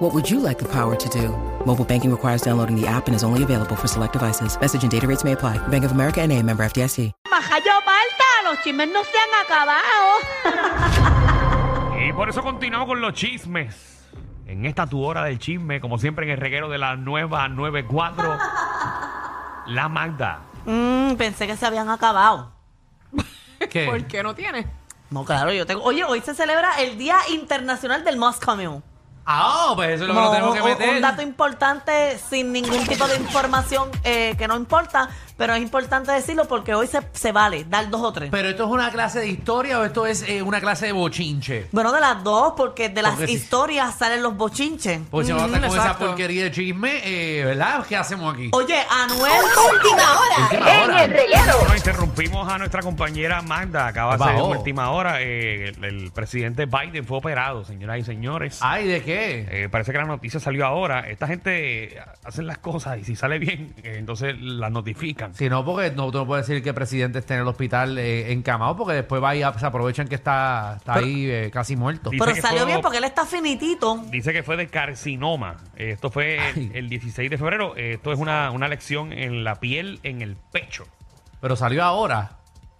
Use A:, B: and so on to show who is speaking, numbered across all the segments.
A: What would you like the power to do? Mobile banking requires downloading the app and is only available for select devices. Message and data rates may apply. Bank of America and a member FDIC.
B: Maja yo falta, los chismes no se han acabado.
C: Y por eso continuamos con los chismes. En esta tu hora del chisme, como siempre en el reguero de la nueva 94, la Magda.
B: Mm, pensé que se habían acabado.
C: ¿Qué?
D: ¿Por qué no tiene?
B: No, claro, yo tengo. Oye, hoy se celebra el Día Internacional del Must Commune.
D: Ah, pues eso es
B: No, un- Un dato importante sin ningún tipo de información eh, que no importa, pero es importante decirlo porque hoy se, se vale dar dos o tres.
D: Pero esto es una clase de historia o esto es eh, una clase de bochinche.
B: bueno, de las dos, porque de las
D: Porque sí. Pues
B: historias salen los bochinches.
D: Porque si no
E: Mm,
D: está con esa
E: exacto.
D: porquería de chisme, eh, ¿verdad? ¿Qué hacemos aquí?
B: Oye, Anuel. Última hora.
C: Nos interrumpimos a nuestra compañera Magda. Acaba de
D: Bajó.
C: ser en última hora. eh, el, el presidente Biden fue operado, señoras y señores.
D: Ay, ¿de qué?
C: Eh, parece que la noticia salió ahora. Esta gente eh, hacen las cosas y si sale bien, eh, entonces las notifican.
D: Si no, porque no, tú no puedes decir que el presidente esté en el hospital eh, encamado, porque después va y se aprovechan que está, está ahí eh, casi muerto.
C: Sí.
B: Pero
C: que
B: salió
C: fue-
B: bien porque él está finitito.
C: Dice que fue de carcinoma. Eh, Esto fue
D: Ay.
C: el, el 16 de febrero. Eh, Esto es una, una lección en la piel, en el pecho.
D: Pero salió ahora.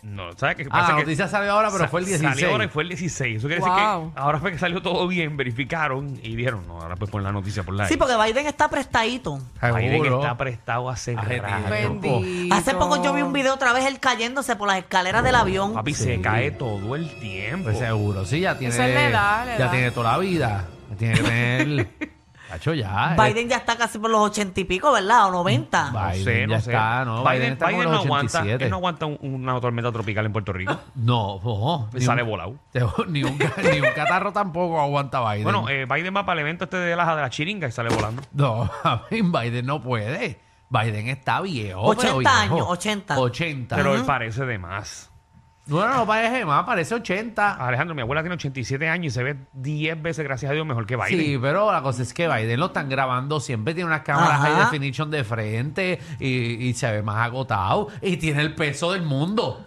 C: No, ¿sabes qué?
D: Ah,
C: Pasa
D: la
C: que-
D: noticia salió ahora, pero
C: Sa-
D: fue el 16.
C: Salió ahora y fue el 16. Eso quiere decir
E: Wow.
C: que ahora fue que salió todo bien, verificaron y dijeron, no, ahora pues pon la noticia por la
B: Sí, porque Biden está prestadito.
C: Biden
D: Seguro. Pues
C: está prestado hace
D: Hace
C: rato.
D: tiempo.
E: Bendito.
B: Hace poco yo vi un video otra vez él cayéndose por las escaleras del avión.
C: Papi, se cae todo el tiempo.
D: Pues seguro, sí, ya tiene.
E: Esa es la edad, la
D: ya
E: edad.
D: tiene toda la vida. Ya Tiene que tener. Cacho, ya. eh.
B: Biden ya está casi por los ochenta y pico, ¿verdad? O noventa.
C: Ah,
D: Va.
C: no
D: Biden
C: sé, no
D: ya
C: sé.
D: está, no, Biden está como en
C: no
D: los
C: aguanta,
D: 87.
C: él no aguanta un- una tormenta tropical en Puerto Rico.
D: No, ojo.
C: Y sale volado.
D: ni, un, ca- ni un catarro tampoco aguanta Biden.
C: bueno, eh, Biden va para el evento este de la, de la chiringa y sale volando.
D: No, Biden no puede. Biden está viejo.
B: 80
D: pero viejo.
B: años, 80.
D: 80.
C: Pero él parece de más.
D: Bueno, no parece más, parece 80.
C: Alejandro, mi abuela tiene 87 años y se ve 10 veces, gracias a Dios, mejor que Biden.
D: Sí, pero la cosa es que Biden lo están grabando siempre, tiene unas cámaras
B: Ajá.
D: high definition de frente y, y se ve más agotado y tiene el peso del mundo.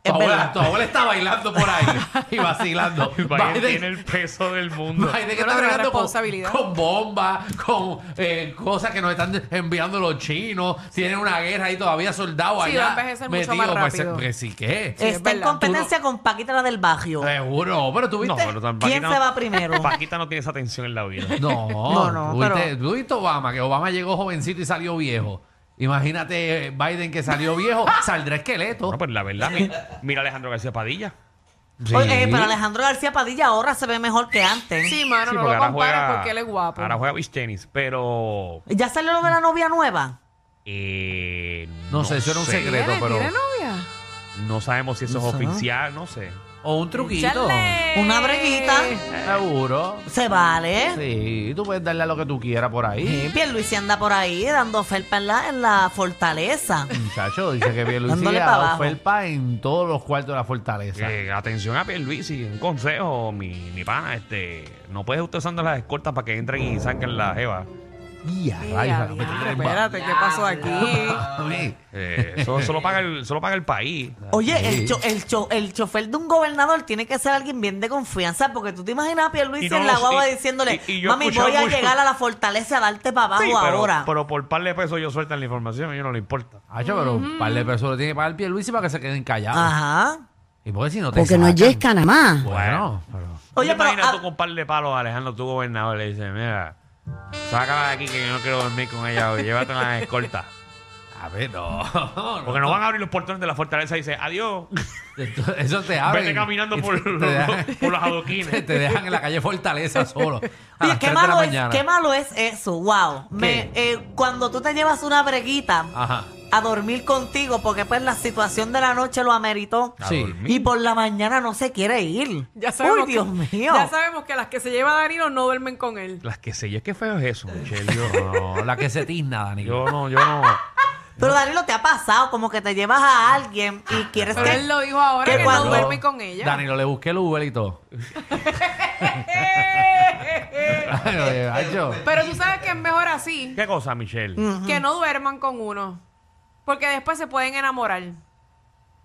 D: Tu
B: Es
D: abuela,
B: verdad.
D: tu abuela está bailando por ahí y vacilando.
C: Biden, tiene el peso del mundo.
D: Biden
E: Una
D: está
E: gran
D: bregando con,
E: responsabilidad.
D: con bombas, con eh, cosas que nos están enviando los chinos. Tienen una guerra ahí todavía soldados
E: Sí,
D: allá.
E: va a envejecer mucho más
D: metidos. Pues,
E: rápido.
D: pues, sí, ¿qué?
E: Sí, es
B: está en
E: verdad.
B: competencia con Paquita la del barrio.
D: Eh, Seguro, pero tú
C: No,
D: viste...
C: pero tan-
B: ¿Quién
C: Paquita-
B: se va primero?
C: Paquita no tiene esa atención en la vida.
D: No,
B: No, no,
D: tú viste- tú viste Obama, que Obama llegó jovencito y salió viejo. Imagínate eh, Biden que salió viejo, saldrá esqueleto.
C: Bueno, pues la verdad, mi- mira a Alejandro García Padilla.
D: Sí.
B: Oye, eh, pero Alejandro García Padilla ahora se ve mejor que antes.
E: Sí, mano,
C: Sí,
E: Ah, no
C: porque
E: lo
C: ahora
E: compares
C: juega-
E: porque él es guapo.
C: Ahora juega beach tenis, pero.
B: ¿Ya salió lo de la novia nueva?
C: eh,
D: No sé, eso era un
E: ¿Tiene,
D: secreto, pero-
E: tiene novia?
C: No sabemos si eso es
B: No sé, ¿no?
C: oficial, no sé.
D: O un truquito.
E: Chale.
B: Una breguita.
D: Eh. Seguro.
B: Se vale.
D: Sí, tú puedes darle a lo que tú quieras por ahí.
B: Sí, Pierluisi anda por ahí dando felpa en la, en la fortaleza.
D: Muchacho, dice que Pierluisi
B: Dándole
D: le ha
B: pa'
D: dado
B: abajo.
D: felpa en todos los cuartos de la fortaleza.
C: Eh, atención a Pierluisi, un consejo, mi, mi pana, este, no puedes usted usando las escortas para que entren y saquen la jeva.
D: Y a
E: Ey,
D: rayos,
E: diablo,
D: me tiene en
E: espérate, ¿qué pasó aquí?
D: ba- Ay,
C: Eh, eso, eso lo paga el, eso lo paga el país.
B: Oye,
D: Sí.
B: el, cho- el, cho- el chofer de un gobernador tiene que ser alguien bien de confianza, porque tú te imaginas a Pierluisi
C: Y no
B: en la
C: los-
B: guagua
C: y-
B: diciéndole,
C: y- y yo he
B: mami,
C: escuchado
B: voy a
C: mucho".
B: llegar a la fortaleza a darte para abajo
C: Sí, pero,
B: ahora.
C: pero por par de pesos ellos sueltan la información, a ellos no le importa.
D: Hacho, pero un par de personas tiene que pagar Pierluisi para que se queden callados.
B: Ajá.
D: Y porque si no te
F: Porque no
D: sacan.
F: yesca nada más.
D: Bueno, pero...
C: Oye,
B: Oye, pero,
C: imagina
B: ah,
C: tú con un par de palos a Alejandro, tu gobernador, le dice, mira, sácala de aquí que yo no quiero dormir con ella hoy, llévate las escoltas.
D: A ver, no.
C: Porque nos van a abrir los portones de la fortaleza y dice, adiós,
D: Esto- Eso te abre.
C: vete caminando
D: y
C: por,
D: te dejan-
C: por las
D: Te,
C: adoquines.
D: te dejan en la calle Fortaleza solo. A
B: Oye,
D: las
B: qué
D: tres de la
B: malo, es,
D: mañana.
B: qué malo es eso, wow. Me- eh, cuando tú te llevas una breguita
D: Ajá.
B: a dormir contigo, porque pues la situación de la noche lo ameritó,
C: A
D: Sí.
C: dormir.
B: y por la mañana no se quiere ir.
E: Ya sabemos
B: Uy, Dios
E: que,
B: mío.
E: Ya sabemos que las que se lleva Danilo no duermen con él.
C: Las que sé yo, qué feo es eso, Michelle.
D: Yo no, la que se tizna, Dani.
C: Yo no, yo no.
B: Pero Danilo, te ha pasado como que te llevas a alguien y
C: Ah,
B: quieres
E: Pero
B: que...
E: él lo dijo ahora
B: que
E: que
B: cuando-
E: no Ah, duerme con ella.
D: Danilo, le busqué el Uber y todo. Ay, oye, macho.
E: Pero tú sabes que es mejor así,
C: ¿Qué cosa, Michelle?
E: que no duerman con uno. Porque después se pueden enamorar.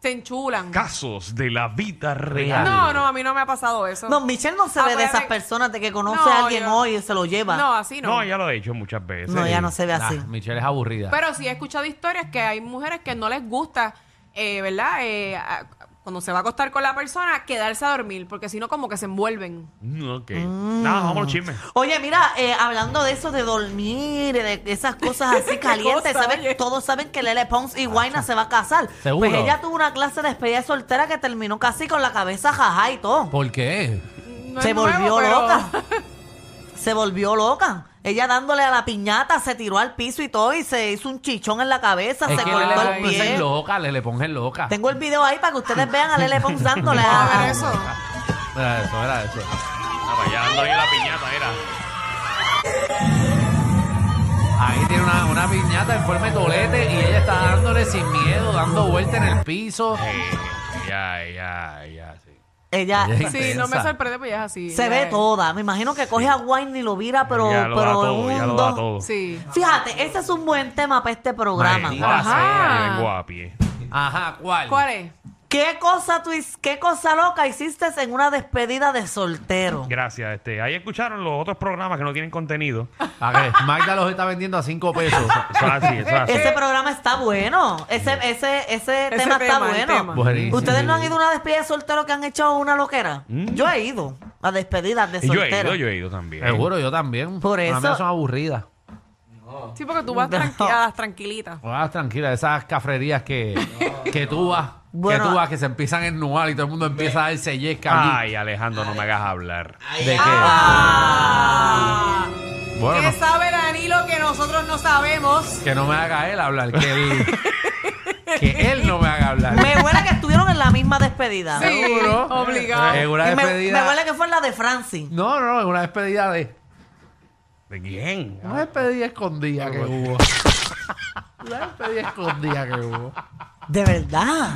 E: Se enchulan.
C: Casos de la vida real.
E: No, no, a mí no me ha pasado eso.
B: No, Michelle no se
E: Ah,
B: ve de
E: pues,
B: esas
E: me-
B: personas de que conoce
E: No,
B: a alguien
E: yo-
B: hoy y se lo lleva.
E: No,
B: No,
E: así no.
C: No, ya lo he hecho muchas veces.
B: ya no se ve así.
D: Nah, Michelle es aburrida.
E: Pero sí he escuchado historias que hay mujeres que no les gusta, eh, ¿verdad? Eh, a- cuando se va a acostar con la persona, quedarse a dormir, porque si no, como que se envuelven.
C: Mm, Ok. Nada, vamos a los chismes.
B: Oye, mira, eh, hablando de eso, de dormir, de de esas cosas así calientes,
E: cosa,
B: ¿sabes?
E: oye?
B: todos saben que Lele Pons y Guayna se va a casar.
D: Seguro.
B: Pues ella tuvo una clase de despedida de soltera que terminó casi con la cabeza jajá y todo.
D: ¿Por qué?
E: No es
B: se
E: nuevo,
B: volvió
E: pero-
B: loca. Se volvió loca. Ella dándole a la piñata, se tiró al piso y todo, y se hizo un chichón en la cabeza,
D: Es
B: se
D: que Lele
B: cortó el
D: Pons es
B: pie.
D: loca, Lele Pons es loca.
B: Tengo el video ahí para que ustedes vean a Lele Pons dándole
E: A
D: Ah.
B: a...
E: ver eso.
D: Era eso, era eso.
C: Ah, vaya, dándole la piñata, era.
D: Ahí tiene una, una piñata en forma de tolete y ella está dándole sin miedo, dando vuelta en el piso.
C: Eh, ya, ya, ya, sí.
B: Ella
D: Ella
E: Sí, no me
D: Intensa.
E: sorprende, pues ya es así.
B: se
E: Ya
B: ve
E: es.
B: toda. Me imagino que coge a Wine y lo vira, pero...
C: ya lo
B: pero
C: da todo,
B: en
C: ya lo
B: un
C: da
B: dos.
C: todo.
E: Sí.
B: Fíjate, ese es un buen tema para este programa.
D: Ay,
C: Maldita
E: Ajá.
C: sea, yo vengo a pie.
D: Ajá, ¿cuál?
E: ¿Cuál es?
B: ¿Qué cosa tú his- qué cosa loca hiciste en una despedida de soltero?
C: Gracias, este. Ahí escucharon los otros programas que no tienen contenido.
D: ¿A qué? Ah, Magda los está vendiendo a 5 pesos.
C: Eso es así, eso es así.
B: Ese programa está bueno. Ese, ese, ese, tema, está
E: tema, el
B: bueno.
E: tema.
D: Buenísimo.
B: ¿Ustedes no han ido a una despedida de soltero que han hecho una loquera? Yo he ido a despedidas de
C: Y Mm. yo he
B: soltero.
C: ido, yo he ido también.
D: Seguro, yo también.
B: Por
D: Las
B: eso-
D: mías son aburridas.
E: Sí, porque tú vas
B: No.
E: tranqui- ah, a las tranquilitas.
D: Vas Ah, tranquila, esas cafrerías que, que tú vas,
B: Bueno,
D: que tú vas, que se empiezan a ennuar y todo el mundo empieza a darse yesca. allí.
C: Ay, Alejandro, no me hagas hablar.
D: ¿De qué?
E: Ah,
D: Bueno,
E: ¿Qué
D: no-
E: sabe Danilo que nosotros no sabemos?
D: que no me haga él hablar, que él, que él no me haga hablar.
B: Me huele que estuvieron en la misma despedida.
E: Sí,
D: Seguro.
E: obligado.
D: En una
B: Y me,
D: despedida.
B: me huele que fue la de Francis.
D: No, no, en una despedida de.
C: ¿De quién?
D: Una despedida escondida que hubo. Una despedida escondida que hubo.
B: De verdad.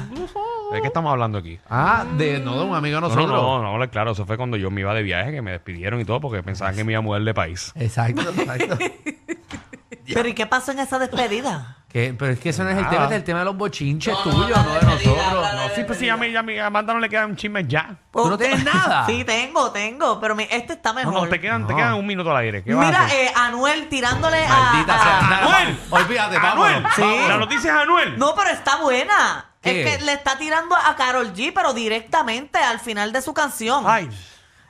C: ¿De qué estamos hablando aquí?
D: Ah, de, no, de un amigo de
C: No,
D: nosotros.
C: no, no, no, no, claro, eso fue cuando yo me iba de viaje, que me despidieron y todo, porque pensaban que me iba a mudar de país.
D: Exacto, exacto.
B: Pero ¿y qué pasó en esa despedida?
D: Que- pero es que eso no es el
C: Nada.
D: tema, es el tema de los bochinches tuyos, no de nosotros.
C: No, sí, pues sí, a mí, a mí- a Amanda no le quedan un chisme ya.
D: ¿Tú no tienes nada?
B: Sí, tengo, tengo. Pero mi- este está
C: Ah. No,
B: mejor.
C: no, te quedan, te
D: No.
C: quedan un minuto al aire. ¿Qué vas a
B: Mira,
C: hacer?
B: eh, Anuel tirándole a-
D: Maldita
B: a,
D: sea. Nada,
C: ¡Anuel!
D: vamos. Olvídate,
C: ¡Anuel!
D: vámonos.
B: Sí.
D: vámonos.
C: eh, La noticia es Anuel.
B: No, pero está buena.
D: ¿Qué?
B: Es que le está tirando a Carol G, pero directamente al final de su canción.
C: Ay,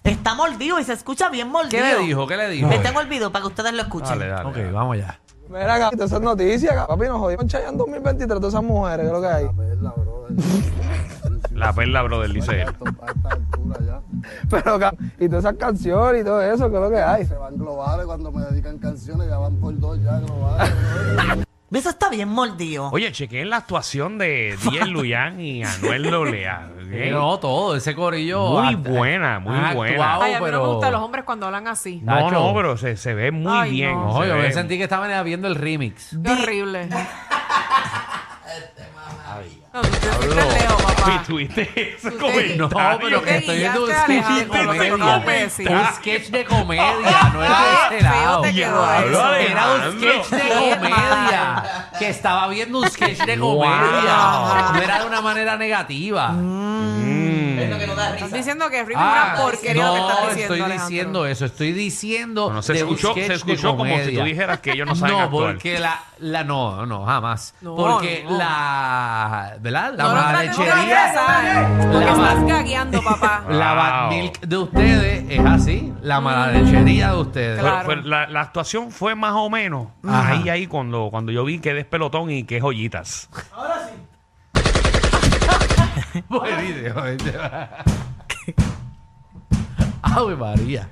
B: Está mordido y se escucha bien mordido.
D: ¿Qué le dijo? ¿Qué le dijo?
B: Les tengo el video para que ustedes lo escuchen.
C: dale, dale.
D: Ok, vamos allá.
F: Mira, cabrón, esas noticias, cabrón. papi, nos jodimos en Chayanne 2023, todas esas mujeres, ¿qué es lo que hay.
C: La perla, bro, del liceo.
F: Pero, cabrón, y todas esas canciones y todo eso, ¿qué es lo que hay?
G: Se van globales cuando me dedican canciones, ya van por dos ya globales.
B: Eso está bien mordido.
C: Oye, chequeen la actuación de Diez Luyan y Anuel Lolea.
D: Eh, No, todo, ese corillo.
C: Muy
D: act-
C: buena, muy
D: ha
C: buena.
D: actuado,
E: Ay, a mí
D: pero...
E: no me gustan los hombres cuando hablan así.
C: No,
D: Nacho.
C: no, pero se, se ve muy
E: Ay,
C: bien.
E: no.
D: No,
C: se
D: yo
C: ve-
D: me sentí que estaban viendo el remix.
E: Qué horrible. Este, No, tú te fuiste lejos,
C: Uy,
E: papá.
C: tuviste ese
E: Tú te-
D: No,
C: comentario.
D: pero que estoy viendo un
E: Te guiaste,
D: sketch de
E: Alejandro,
D: comedia.
E: no te preocupes, sí.
D: Un sketch de comedia, no era de este lado.
E: te quedó
C: Diablo,
E: eso.
D: Era un
C: Alejandro.
D: sketch de comedia. Que estaba viendo un sketch de comedia. No era de una manera negativa.
E: Estás diciendo que Rick
D: Ah,
E: es una porquería
D: no,
E: lo que estás diciendo,
D: estoy
E: Alejandro.
D: diciendo eso. Estoy diciendo
C: No, se
D: de un
C: escuchó, se
D: sketch de
C: escuchó como si tú
D: comedia.
C: dijeras que ellos no saben
D: No,
C: actuar.
D: porque la, la... No, no, jamás.
E: No,
D: porque
E: no.
D: la... ¿Verdad? La
E: No lo trates de
D: malhechería...
E: regresar, Porque
D: La
E: estás
D: ma-
E: gagueando, papá.
D: La bad
C: Wow.
D: milk de ustedes es así. La mala lechería de ustedes.
C: Fue-
E: Mm. Claro.
C: fue- la, la actuación fue más o menos
D: Ajá.
C: ahí, ahí, cuando, cuando yo vi que despelotón y que joyitas.
D: Buenísimo, buenísimo. Ave María.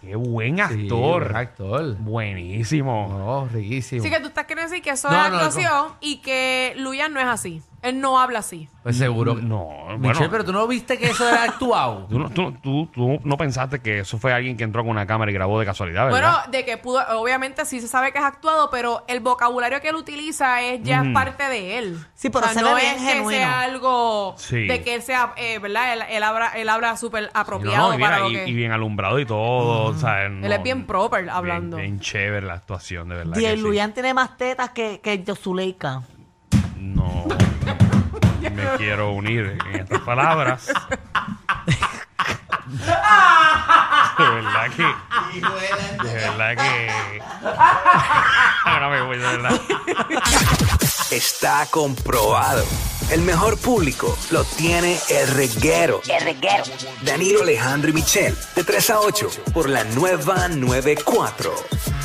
C: ¡Qué buen
D: Sí,
C: actor!
D: buen actor.
C: Buenísimo.
D: No, riquísimo.
E: Así que tú estás queriendo decir que eso
D: No,
E: es
D: no,
E: actuación y que Luyan no es así. Él no habla así.
D: Pues seguro. que-
C: No,
D: Michelle,
C: bueno.
D: pero tú no viste que eso era actuado.
C: Tú no, tú- tú- tú no pensaste que eso fue alguien que entró con una cámara y grabó de casualidad,
E: Bueno,
C: ¿verdad?
E: de que pudo, obviamente sí se sabe que es actuado, pero el vocabulario que él utiliza es ya es parte de él.
B: Sí, pero
E: O sea,
B: se le
E: no
B: ve
E: es
B: bien
E: que
B: genuino.
E: sea algo
C: Sí.
E: de que él sea, eh, ¿verdad? Él, él habla, él habla súper
C: No,
E: apropiado
C: no, y,
E: para
C: mira,
E: lo
C: y-
E: que...
C: y bien alumbrado y todo. o sea, no,
E: Él es bien proper hablando.
C: Bien, bien chévere la actuación, de verdad. que
B: DJ
C: sí.
B: Luyan tiene más tetas que, que Yosuleika.
C: No. Me quiero unir en estas palabras. De verdad que. De verdad que. Ahora me voy, de verdad.
H: Está comprobado. El mejor público lo tiene el reguero. El reguero. Danilo Alejandro y Michel, de 3 a 8, por la nueva 94.